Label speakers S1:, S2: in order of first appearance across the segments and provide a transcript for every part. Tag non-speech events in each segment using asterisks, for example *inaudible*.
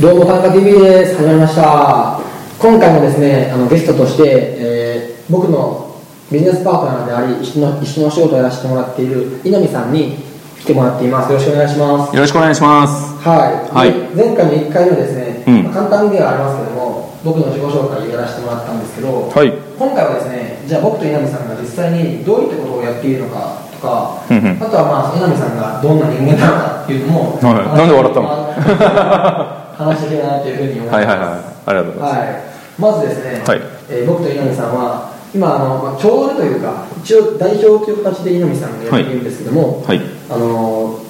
S1: どうも、カンカ TV です。始まりました。今回もですね、あのゲストとして、えー僕のビジネスパートナーであり、一緒の一緒のお仕事をやらせてもらっている稲見さんに来てもらっています。よろしくお願いします。
S2: よろしくお願いします。
S1: はい。
S2: はい
S1: で前回の1回目ですね、
S2: うん
S1: まあ簡単ではありますけども、僕の自己紹介をやらせてもらったんですけど、
S2: はい
S1: 今回はですね、じゃあ僕と稲見さんが実際にどういったことをやっているのかとか、
S2: うんうん
S1: あとはまあ稲見さんがどんな人間なのかっていうのも、
S2: はいなんで笑ったの
S1: 話していけたなというふうに思います。
S2: はいはいはい。ありがとうございま
S1: はい、ま
S2: す。
S1: ずですね、
S2: はい
S1: えー僕と稲見さんは今あの、まあ、長というか一応代表という形で稲見さんがやっているんですけども、
S2: はい。
S1: あのー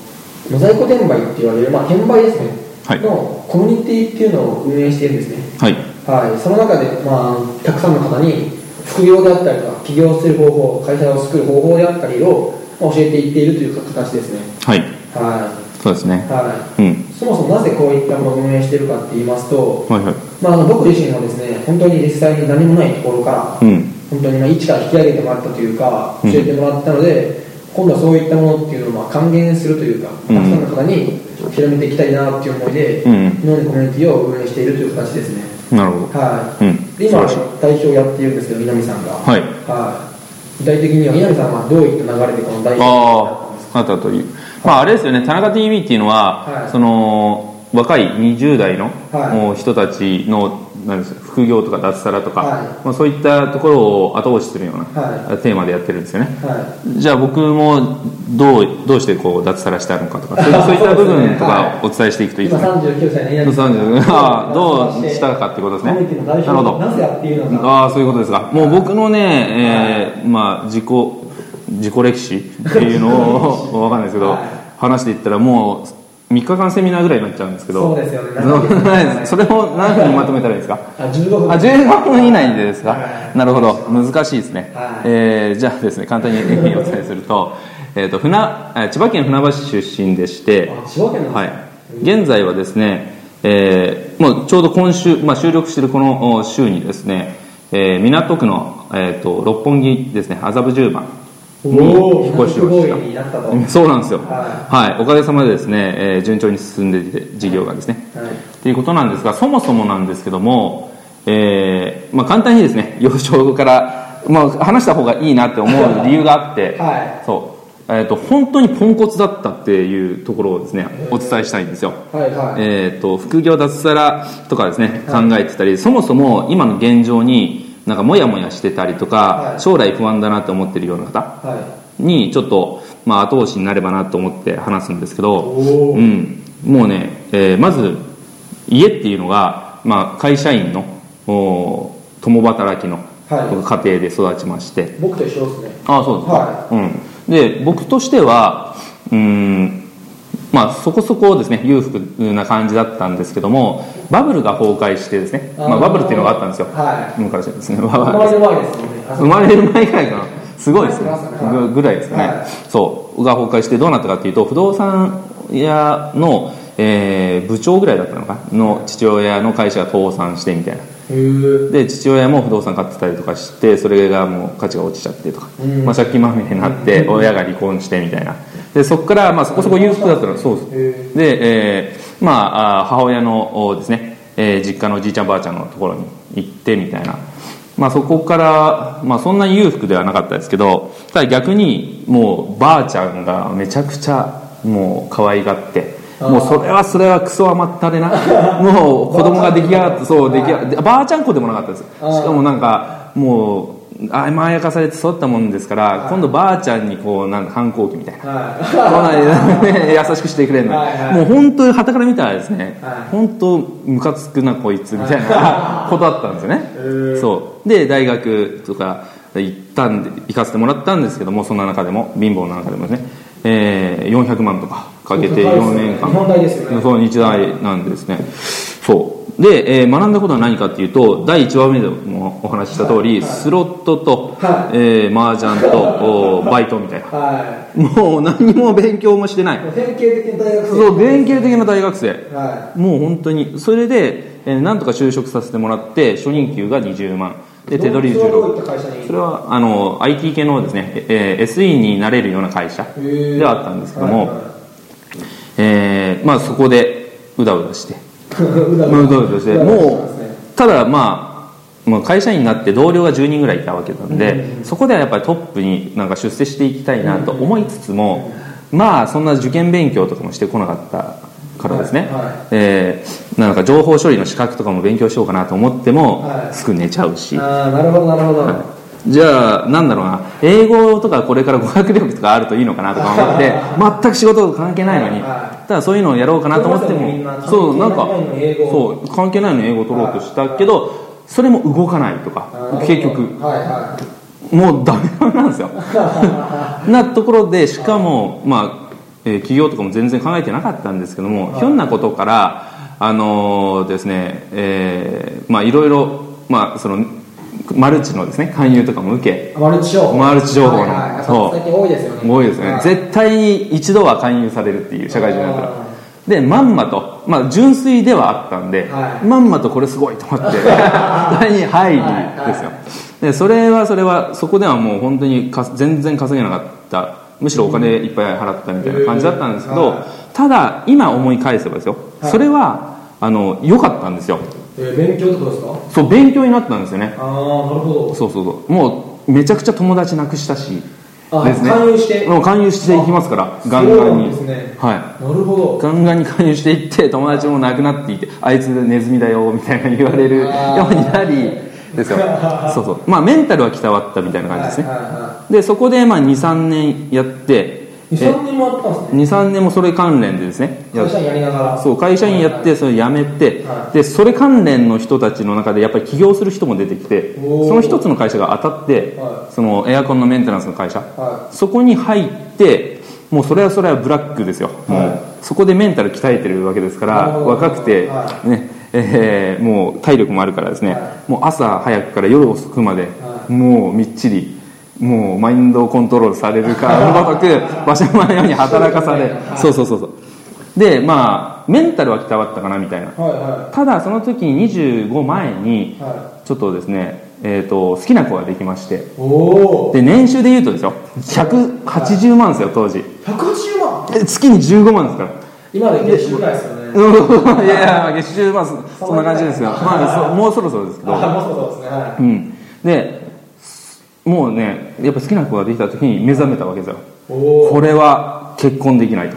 S1: モザイコ転売って言われる、まあ、転売ですね、
S2: はい
S1: のコミュニティっていうのを運営しているんですね、
S2: はい。
S1: はい、その中で、まあ、たくさんの方に副業であったりとか起業する方法会社を作る方法であったりを、まあ、教えていっているという形ですね
S2: はい。
S1: は
S2: そうです
S1: い、
S2: ね。
S1: は
S2: うん。
S1: い、そもそもなぜこういったものを運営しているかって言いますと、
S2: はいはい。
S1: まあ、あの僕自身はですね本当に実際に何もないところから、
S2: うん。
S1: 本当にまあ一から引き上げてもらったというか教
S2: うん
S1: えてもらったので、今度はそういったものっていうのをまあ還元するというか、
S2: うん
S1: たくさんの方に広めていきたいなっていう思いで、
S2: うん
S1: 日本のコミュニティを運営しているという形ですね
S2: なるほど。
S1: はい、
S2: うん
S1: で今
S2: 素晴ら
S1: 代表やっているんですけど南さんがは
S2: はい。
S1: い具体的には南さんはどういった流れでこの代表になったん
S2: あ
S1: ですか
S2: あ、あったという。まああれですよね、田中 TV っていうのは、
S1: はい
S2: その、若い20代の、
S1: はい
S2: もう人たちの、なんですか副業とか脱サラとか、
S1: はい
S2: まあ、そういったところを後押しするような、
S1: は
S2: テーマでやってるんですよね。
S1: は
S2: じゃあ僕もどうどうしてこう脱サラしたのかとかそういそういった部分とかお伝えしていくと
S1: い、
S2: いいです
S1: 今
S2: ね。
S1: 39歳の南
S2: そうそ
S1: さ
S2: うんなんですああどう
S1: して
S2: したかってことですね。
S1: コミュニティの
S2: な
S1: 代
S2: る
S1: 表
S2: ほど。
S1: なぜやっているのか
S2: ああそういうことですか。もう僕のね、えーまあ自己自己歴史っていうのをわかんないですけど、
S1: はい
S2: 話していったらもう3日間セミナーぐらいになっちゃうんですけど。
S1: そうですよね
S2: そ
S1: 長いですね
S2: うそれを何分にまとめたらいいですか。
S1: あ15分
S2: あ15分以内でですか、
S1: はい
S2: なるほど難しいですね、
S1: はい
S2: えーじゃあですね簡単に *laughs* 愛媛をお伝えすると,、えー、と船えー千葉県船橋市出身でして
S1: あ千葉県なんですね
S2: はい、現在はですね、えーもうちょうど今週、まあ、収録しているこのお週にですね、えー港区の、えー、と六本木ですね麻布十番に
S1: おお
S2: 引っ越しをした
S1: になったと、
S2: うんそうなんですよ
S1: は
S2: はい、おかげさまでですね、えー順調に進んでいて事業がですね、
S1: はい
S2: っていうことなんですがそもそもなんですけども、えーまあ、簡単にですね幼少から、まあ、話した方がいいなって思う理由があって、
S1: *laughs* は
S2: そうえー、と本当にポンコツだったっていうところをですねお伝えしたいんですよ、
S1: はいはい
S2: えー、と副業脱サラとかですね考えてたり、そもそも今の現状になんかモヤモヤしてたりとか、
S1: はい
S2: 将来不安だなって思ってるような方、
S1: は
S2: にちょっと、まあ、後押しになればなと思って話すんですけど、
S1: おー
S2: うん、もうね、えーまず家っていうのが、まあ、会社員のおー共働きの
S1: は
S2: 家庭で育ちまして、
S1: い僕と一緒ですね
S2: ああそうですか、
S1: は
S2: うん、で僕としてはうーんまあそこそこですね裕福な感じだったんですけどもバブルが崩壊してですねまあ、
S1: あー
S2: バブルっていうのがあったんですよ、
S1: は
S2: 昔ですねバ
S1: 生
S2: ブル
S1: まれる前ですもんねあ
S2: 生まれる前ぐらいかなすごいですね
S1: はい
S2: ぐぐらいですかね、
S1: はい
S2: そうが崩壊してどうなったかっていうと不動産屋の、えー部長ぐらいだったのかの父親の会社が倒産してみたいな
S1: へー
S2: で父親も不動産買ってたりとかしてそれがもう価値が落ちちゃってとか、
S1: うん
S2: まあ、借金まみれになって親が離婚してみたいなでそこからまあそこそこ裕福だったのそうです
S1: へ
S2: で、えーまああー母親のおですね、えー実家のおじいちゃんばあちゃんのところに行ってみたいな、まあ、そこから、まあ、そんなに裕福ではなかったですけどただ逆にもうばあちゃんがめちゃくちゃもう可愛がってもうそれはそれはクソ甘ったれなもう子供が出来上がってそう出来上がってばあちゃん子でもなかったですしかもなんかもう甘やかされて育ったもんですから今度ばあちゃんにこうなんか反抗期みたいな
S1: は
S2: そうなんですね優しくしてくれるの、
S1: はいはい
S2: もう本当にはたから見たらですね、
S1: はい
S2: 本当ムカつくなこいつみた
S1: *laughs*
S2: いなことだったんですよね、
S1: ー
S2: そうで大学とか行ったんで行かせてもらったんですけどもそんな中でも貧乏な中でもですね、えー400万とかかけて
S1: そう
S2: 4年間
S1: 日本大ですよね
S2: そう日大なんですねそうで、えー学んだことは何かっていうと第1話目でもお話しした通り、スロットと、
S1: は
S2: えー麻雀とおバイトみたいない
S1: は
S2: もう何も勉強もしてない
S1: いもう典型的な大学生
S2: そう典型的な大学生
S1: は
S2: もう本当にそれで、えーなんとか就職させてもらって初任給が20万
S1: い
S2: で手取り
S1: どうどう
S2: 16
S1: いった会社に
S2: それはあの IT 系のですね、えー SE になれるような会社
S1: ー
S2: ではあったんですけども、
S1: はいはい
S2: えーまあ、そこでうだうだして、
S1: うだ
S2: まあうだうだしても
S1: してますね
S2: うただまあ、まあ、会社員になって同僚が10人ぐらいいたわけなんで、そこではやっぱりトップになんか出世していきたいなと思いつつも、まあそんな受験勉強とかもしてこなかったからですね、
S1: はいはい
S2: えーなんか情報処理の資格とかも勉強しようかなと思っても、
S1: はい
S2: すぐ寝ちゃうし、
S1: ああなるほどなるほど、
S2: じゃあなんだろうな英語とかこれから語学力とかあるといいのかなとか思
S1: *laughs*
S2: って全く仕事と関係ないのに
S1: は
S2: ただそういうのをやろうかなと思って
S1: そうですよねみんな
S2: もそうなんか
S1: 関係ないのに英語
S2: そう関係ないのに英語を取ろうとしたけどそれも動かないとか
S1: あー
S2: 結局
S1: はいはい
S2: もうダメなんですよなところでしかもまあ、えー企業とかも全然考えてなかったんですけどもひょんなことからあのーですねえーまあいろいろまあそのマルチのですね勧誘とかも受け
S1: マルチ情報
S2: マルチ情報の
S1: はいはいはい
S2: そう
S1: 最近多いですよね
S2: 多いですね、
S1: はい
S2: 絶対に一度は勧誘されるっていう社会人になったらでまんまと、まあ、純粋ではあったんで、
S1: はい
S2: まんまとこれすごいと
S1: *laughs*
S2: 思って第に入りですよ、でそれはそれはそこではもう本当にか全然稼げなかったむしろお金いっぱい払ったみたいな感じだったんですけど、
S1: へーはい
S2: ただ今思い返せばですよ、
S1: はい
S2: それはあの良かったんですよ
S1: えー勉強ってことですか
S2: そう勉強になったんですよね
S1: ああなるほど
S2: そうそうそうもうめちゃくちゃ友達なくしたし
S1: あ
S2: ですね
S1: 勧誘して
S2: もう勧誘していきますからガンガンに
S1: そうなんですね
S2: は
S1: なるほ
S2: い
S1: ど
S2: ガンガンに勧誘していって友達もなくなっていってあいつネズミだよみたいな言われるよ
S1: あー
S2: うになりですよ
S1: *laughs*
S2: そうそうまあメンタルは鍛わったみたいな感じですね、
S1: はいはいは
S2: でそこでまあ23年やって
S1: い23年もやったんですね
S2: 23年もそれ関連でですねや
S1: 会社員やりながら
S2: そう会社員やってそれ辞めて、
S1: は
S2: でそれ関連の人たちの中でやっぱり起業する人も出てきて
S1: おー
S2: その一つの会社が当たって、
S1: は
S2: そのエアコンのメンテナンスの会社、
S1: は
S2: そこに入ってもうそれはそれはブラックですよ、もう
S1: は
S2: そこでメンタル鍛えてるわけですから
S1: なるほど
S2: 若くて、
S1: は
S2: ねえーもう体力もあるからですね、
S1: は
S2: もう朝早くから夜遅くまで、
S1: は
S2: もうみっちりもうマインドコントロールされるかのごとく馬車馬のように働かされそうそうそうそうでまあメンタルは鍛わったかなみたいな
S1: はいは
S2: ただその時に25前に
S1: いは
S2: ちょっとですね、えー、と好きな子ができまして
S1: いおお
S2: で年収で言うとですよ180万ですよ当時
S1: 180万
S2: え月に15万ですから
S1: 今で月収ぐらいですよね
S2: うんいやいや月収まあそそんな感じですよまあそもうそろそろですけど
S1: ああそうそうですねは
S2: うんでもうねやっぱ好きな子ができた時に目覚めたわけですよ
S1: いおお
S2: これは結婚できないと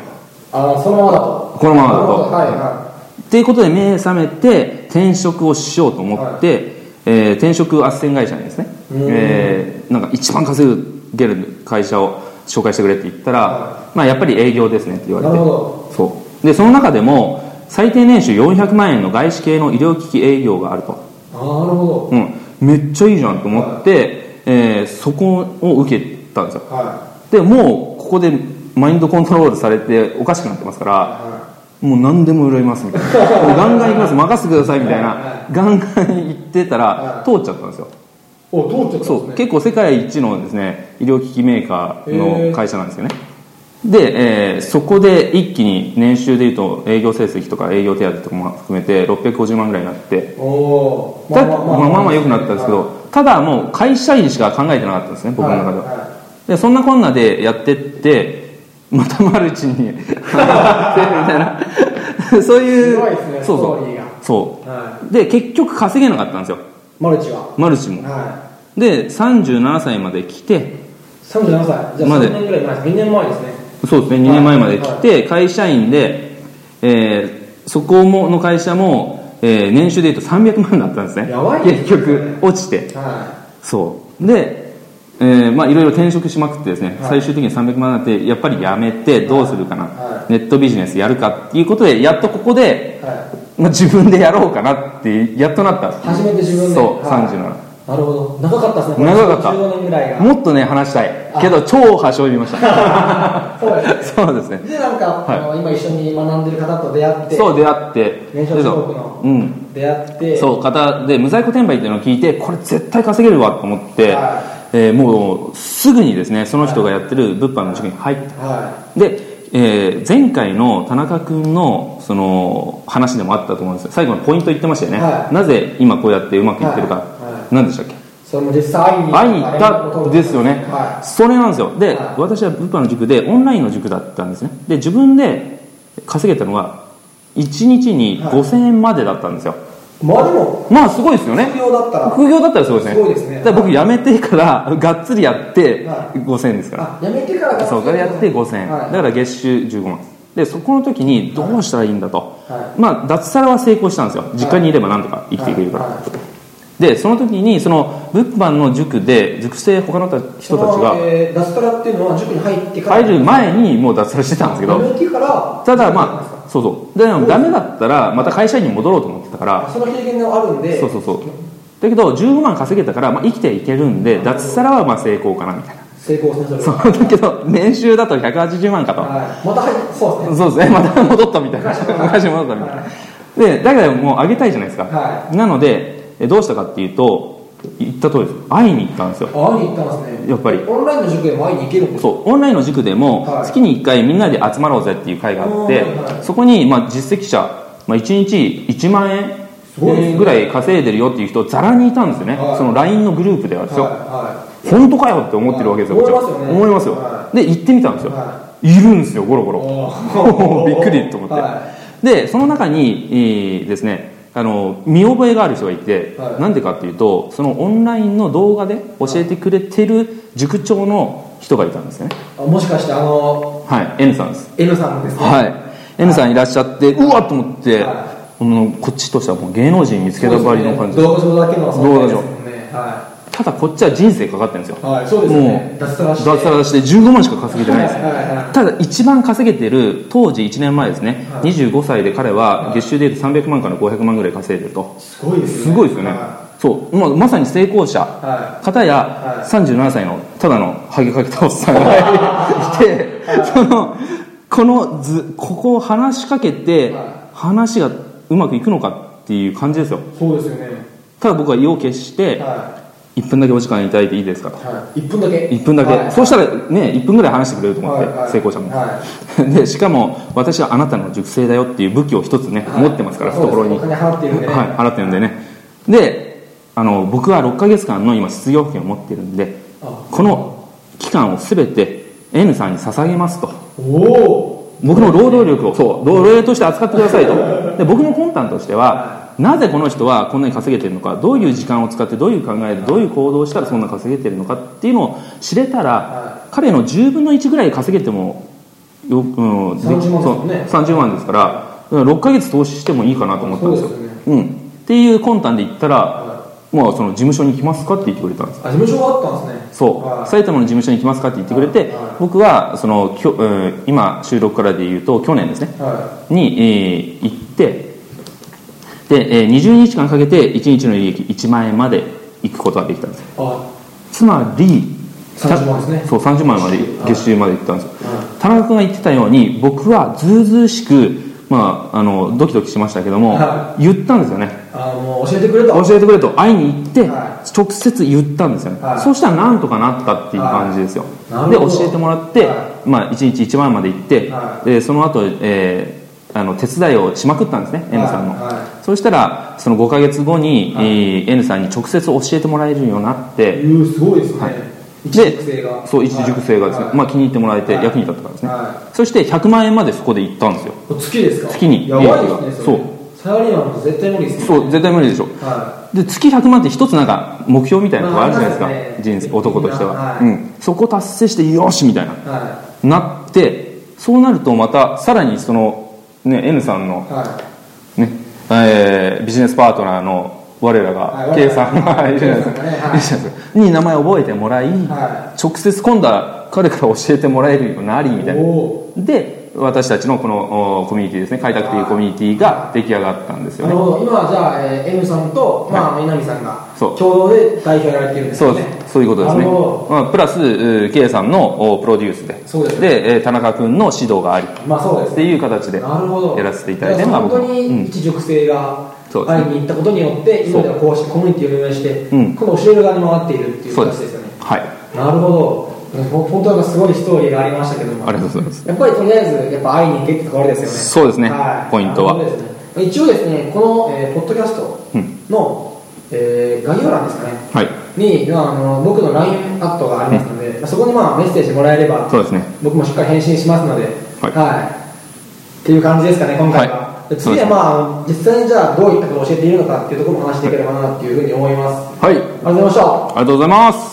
S1: ああそのままだと
S2: このままだ
S1: な
S2: と
S1: るほどはいは
S2: っていうことで目覚めて転職をしようと思って、えー転職斡旋会社にですね、
S1: うん
S2: えーなんか一番稼げる会社を紹介してくれって言ったら、
S1: は
S2: まあ、やっぱり営業ですねって言われて
S1: なるほど
S2: そうでその中でも最低年収400万円の外資系の医療機器営業があると、
S1: いああなるほ
S2: うん、めっちゃいいじゃんと思って、えーそこを受けたんですよ
S1: どは
S2: でもうここでマインドコントロールされておかしくなってますから、
S1: いは
S2: もう何でも売られますみたいなもうガンガン行きます任せてくださいみたい
S1: はい
S2: なガンガン行ってたら
S1: は
S2: 通っちゃったんですよ
S1: いお通っちゃった
S2: そ
S1: ん
S2: う
S1: ですね
S2: 結構世界一のですね医療機器メーカーの会社なんですよねで、えーそこで一気に年収でいうと営業成績とか営業手当とかも含めて650万ぐらいになって
S1: おお
S2: だまあまあまあ良くなったんですけどただもう会社員しか考えてなかったんですね僕の中では、
S1: はいはい
S2: でそんなこんなでやってってまたマルチに *laughs* ってみたいなそういう
S1: すごいですね
S2: そう
S1: ストーリーが
S2: そうそ
S1: は
S2: うで結局稼げなかったんですよ
S1: い、マルチは、
S2: マルチも
S1: は
S2: で37歳まで来て
S1: い、37歳じゃ
S2: ま
S1: あ
S2: で
S1: 3年ぐらい前です2年前ですね
S2: そうですね2年前まで来て会社員で、えーそこもの会社も、えー年収でいうと300万だったんですね
S1: やばい
S2: 結局落ちて
S1: は
S2: そうで、えーまあいろいろ転職しまくってです
S1: は
S2: ね、
S1: い
S2: 最終的に300万になってやっぱりやめてどうするかな、
S1: は
S2: ネットビジネスやるかっていうことでやっとここ
S1: い、
S2: で、
S1: は
S2: まあ、自分でやろうかなってやっとなったんです
S1: い、初めて自分で
S2: そう、
S1: はい
S2: 37
S1: なるほど長かったですね
S2: 長かった
S1: 15年ぐらいが
S2: もっとね話したいけど超はしょりました
S1: そうですね
S2: そうですね
S1: でなんか、
S2: はい
S1: あの今一緒に学んでる方と出会って
S2: そう出会って
S1: 年少
S2: で
S1: 中
S2: そう
S1: 国の
S2: うん
S1: 出会って
S2: そう方で無在庫転売っていうのを聞いてこれ絶対稼げるわと思って、
S1: は
S2: えーもうすぐにですねその人がやってる物販の塾に入った
S1: は
S2: で、えー前回の田中君のその話でもあったと思うんですよ最後のポイント言ってましたよね、
S1: はい
S2: なぜ今こうやってうまくいってるか、
S1: はいは
S2: 何でしたっけ
S1: いそれも実際会いに
S2: 会いに行ったですよね、
S1: は
S2: それなんですよで、
S1: はい
S2: 私は物販の塾でオンラインの塾だったんですねで自分で稼げたのは1日に5000円までだったんですよ、
S3: まあでも
S2: まあすごいですよね
S3: 副業だったら
S2: 副業だったらすごいですね
S3: すごいですね
S2: だから僕辞めてからがっつりやって
S3: は
S2: 5000円ですから、
S1: あやめてから
S2: そうからやって5000円、
S1: はい
S2: だから月収15万でそこの時にどうしたらいいんだと、
S1: は
S2: まあ脱サラは成功したんですよ実家にいればなんとか生きていけるから、
S1: はいはい
S2: でその時にその物販の塾で塾生他の人たち
S1: その
S2: が
S1: えー脱サラっていうのは塾に入ってから
S2: 入る前にもう脱サラしてたんですけ
S1: や
S2: ど
S1: めてから
S2: ただまあそうそうでダメだったらまた会社員に戻ろうと思ってたから
S1: その経験があるんで
S2: そうそうそうだけど15万稼げたから、まあ、生きていけるんで脱サラはまあ成功かなみたいな
S1: 成功させる
S2: そうだけど年収だと180万かと
S1: はいまた入ってそうですね
S2: そうですね、 *laughs* また戻ったみたいな、昔戻ったみたいな。で、だけどもうあげたいじゃないですか。
S1: は
S2: なので、えどうしたかっていうと、言った通りです。会いに行ったんですよ。
S1: あ会いに行ったんですね
S2: やっぱり
S1: オンラインの塾でも会いに行けるんです
S2: そう、オンラインの塾でも
S1: はい、
S2: 月に1回みんなで集まろうぜっていう会があって
S1: おーはいは、
S2: そこに、まあ、実績者、まあ、1日1万円
S1: ごいですね
S2: ぐらい稼いでるよっていう人、ざらにいたんですよね
S1: は。い
S2: その LINE のグループではです
S1: はい
S2: よ。
S1: は
S2: 本当かよって思ってるわけですよ、
S1: はい
S2: こっちは
S1: 思
S2: 思
S1: い
S2: い
S1: ま
S2: ますす
S1: よね
S2: よ。で、行ってみたんですよ
S1: は。
S2: いるんですよ、ゴロゴロ。
S1: おー
S2: *laughs* びっくりと思って、
S1: は
S2: でその中に、えーですねあの見覚えがある人がいて、
S1: はい
S2: なんでかっていうとそのオンラインの動画で教えてくれてる塾長の人がいたんですよね
S1: いあもしかしてあの
S2: はい N さんです
S1: N さんですね
S2: はい N さんいらっしゃってうわっと思って、
S1: は
S2: このこっちとしてはもう芸能人見つけたばりの感じ、
S1: そうですね動画上だけの存在ですもんねは
S2: ただこっちは人生かかってるんですよ
S1: いはいそうですよね
S2: もう
S1: 脱サラして
S2: 脱サラして15万しか稼げてないです
S1: はいはいは
S2: ただ一番稼げてる当時1年前ですね、25歳で彼は月収で言うと300万から500万ぐらい稼いでると
S1: すごいですね
S2: すごいですよね、
S1: は
S2: そう、まあ、まさに成功者、
S1: いは
S2: 片
S1: は
S2: や
S1: い
S2: 37歳のただのハゲかけたおっさんがいて、そのこの図ここを話しかけて
S1: は
S2: 話がうまくいくのかっていう感じですよ
S1: いそうですよね
S2: ただ僕は意を決して
S1: は
S2: 1分だけお時間いただいていいですかと
S1: いはい1分だけ
S2: 1分だけ、
S1: はい
S2: そうしたらね1分ぐらい話してくれると思っ
S1: は
S2: て、
S1: いはい
S2: 成功者も、
S1: は
S2: *laughs* でしかも私はあなたの熟成だよっていう武器を一つね、
S1: はい
S2: 持ってますから
S1: そうです
S2: 懐に
S1: お金払ってるんでね
S2: はい、払ってるんでねであの僕は6ヶ月間の今失業保険を持ってるんで
S1: あ
S2: この期間を全て N さんに捧げますと
S1: おお
S2: 僕の労働力をそう労働として扱ってくださいとで僕の魂胆としてはなぜこの人はこんなに稼げてるのかどういう時間を使ってどういう考えでどういう行動をしたらそんな稼げてるのかっていうのを知れたら彼の10分の1ぐらい稼げてもよ、うん、で
S1: 30万ですもんね
S2: そう30万ですから6ヶ月投資してもいいかなと思ったんですよ
S1: そうですよね
S2: うん、っていう魂胆で言ったら、まあ、その事務所に来ますかって言ってくれたんです
S1: あ事務所があったんですね
S2: そう、
S1: はい
S2: 埼玉の事務所に来ますかって言ってくれて、
S1: はいはい
S2: 僕はそのきょ、うん今収録からで言うと去年ですね
S1: は
S2: に、えー行ってで、えー20日間かけて1日の利益1万円まで行くことができたんで
S1: い
S2: す
S1: あ
S2: つまり
S1: 30万ですね
S2: そう30万まで
S1: はい
S2: 月収まで行ったんですよ
S1: は
S2: 田中君が言ってたように僕はずうずうしく、まあ、あのドキドキしましたけども、
S1: は
S2: 言ったんですよね
S1: あもう教えてくれた
S2: 教えてくれと会いに行って
S1: は
S2: 直接言ったんですよね、
S1: はい
S2: そうしたらなんとかなったっていう感じですよ、
S1: はい
S2: で
S1: なるほど
S2: 教えてもらって、
S1: は
S2: まあ、1日1万まで行って、
S1: は
S2: でその後、えーあの手伝いをしまくったんですね、N さんの、
S1: はいは
S2: そうしたらその5ヶ月後に、えー N さんに直接教えてもらえるようになって、
S1: いうすごいですね、
S2: はい
S1: 一熟成が
S2: そう一熟生がですね、
S1: はい
S2: まあ、気に入ってもらえて
S1: はい
S2: 役に立ったからですね、
S1: は
S2: そして100万円までそこで行ったんですよ
S1: い月ですか
S2: 月に
S1: やばいですね
S2: ええ
S1: それサラリーマンも絶対無理ですね
S2: そう絶対無理でしょ
S1: は
S2: で月100万って一つなんか目標みたいなのがあるじゃないですか、
S1: まあありますね
S2: 人生男としては、
S1: はい
S2: うん、そこ達成してよしみたいない
S1: は
S2: なってそうなるとまたさらにその、ね、N さん
S1: い
S2: の、
S1: は
S2: ねえービジネスパートナーの我らが
S1: はい
S2: K さんが
S1: はい
S2: *laughs* いるじゃない
S1: はいはい
S2: ですかに名前覚えてもらい、
S1: いは
S2: 直接今度は彼から教えてもらえるようになりみたい
S1: お
S2: な
S1: お
S2: で私たちのこのおコミュニティですね開拓というコミュニティが出来上がったんですよ
S1: な
S2: ね
S1: るほど今はじゃあ、えー、M さんと、まあ、あの稲見さんが
S2: そう
S1: 共同で代表やられてるんです
S2: そ
S1: よ
S2: う
S1: ね
S2: ですそういうことですね
S1: なるほ、
S2: まあ、プラスうー K さんのおプロデュースで
S1: そうです
S2: えー田中君の指導があり
S1: どまあそうです
S2: っていう形で
S1: なるほど
S2: やらせていただいてるの
S1: じゃ
S2: が
S1: あ
S2: 僕
S1: 本当
S2: の、う
S1: に
S2: ん、
S1: 一熟成が
S2: そうです
S1: 会
S2: ね
S1: いに行ったことによって今ではこうしてコミュニティを運営して、
S2: うん
S1: 今度教える側に回っているっていう
S2: そう
S1: 形
S2: で
S1: です
S2: す
S1: よね
S2: はい
S1: なるほどほ本当なんかすごいストーリーがありましたけども
S2: ありがとうございます
S1: やっぱりとりあえずやっぱ会いに行けってところですよね
S2: そうですねポイントは
S1: なるほどですね一応ですねこの、えーポッドキャストの、えー概要欄ですかね
S2: はい
S1: に、まあ、あの僕の LINE アットがありますので、まあそこにまあメッセージもらえれば
S2: そうですね
S1: 僕もしっかり返信しますので
S2: はい
S1: っていう感じですかね今回は、
S2: は
S1: で次はまあ、実際にじゃあどういったことを教えているのかっていうところも話していければなっていうふうに思います。
S2: は
S1: あ
S2: い
S1: りがとうございました。
S2: ありがとうございます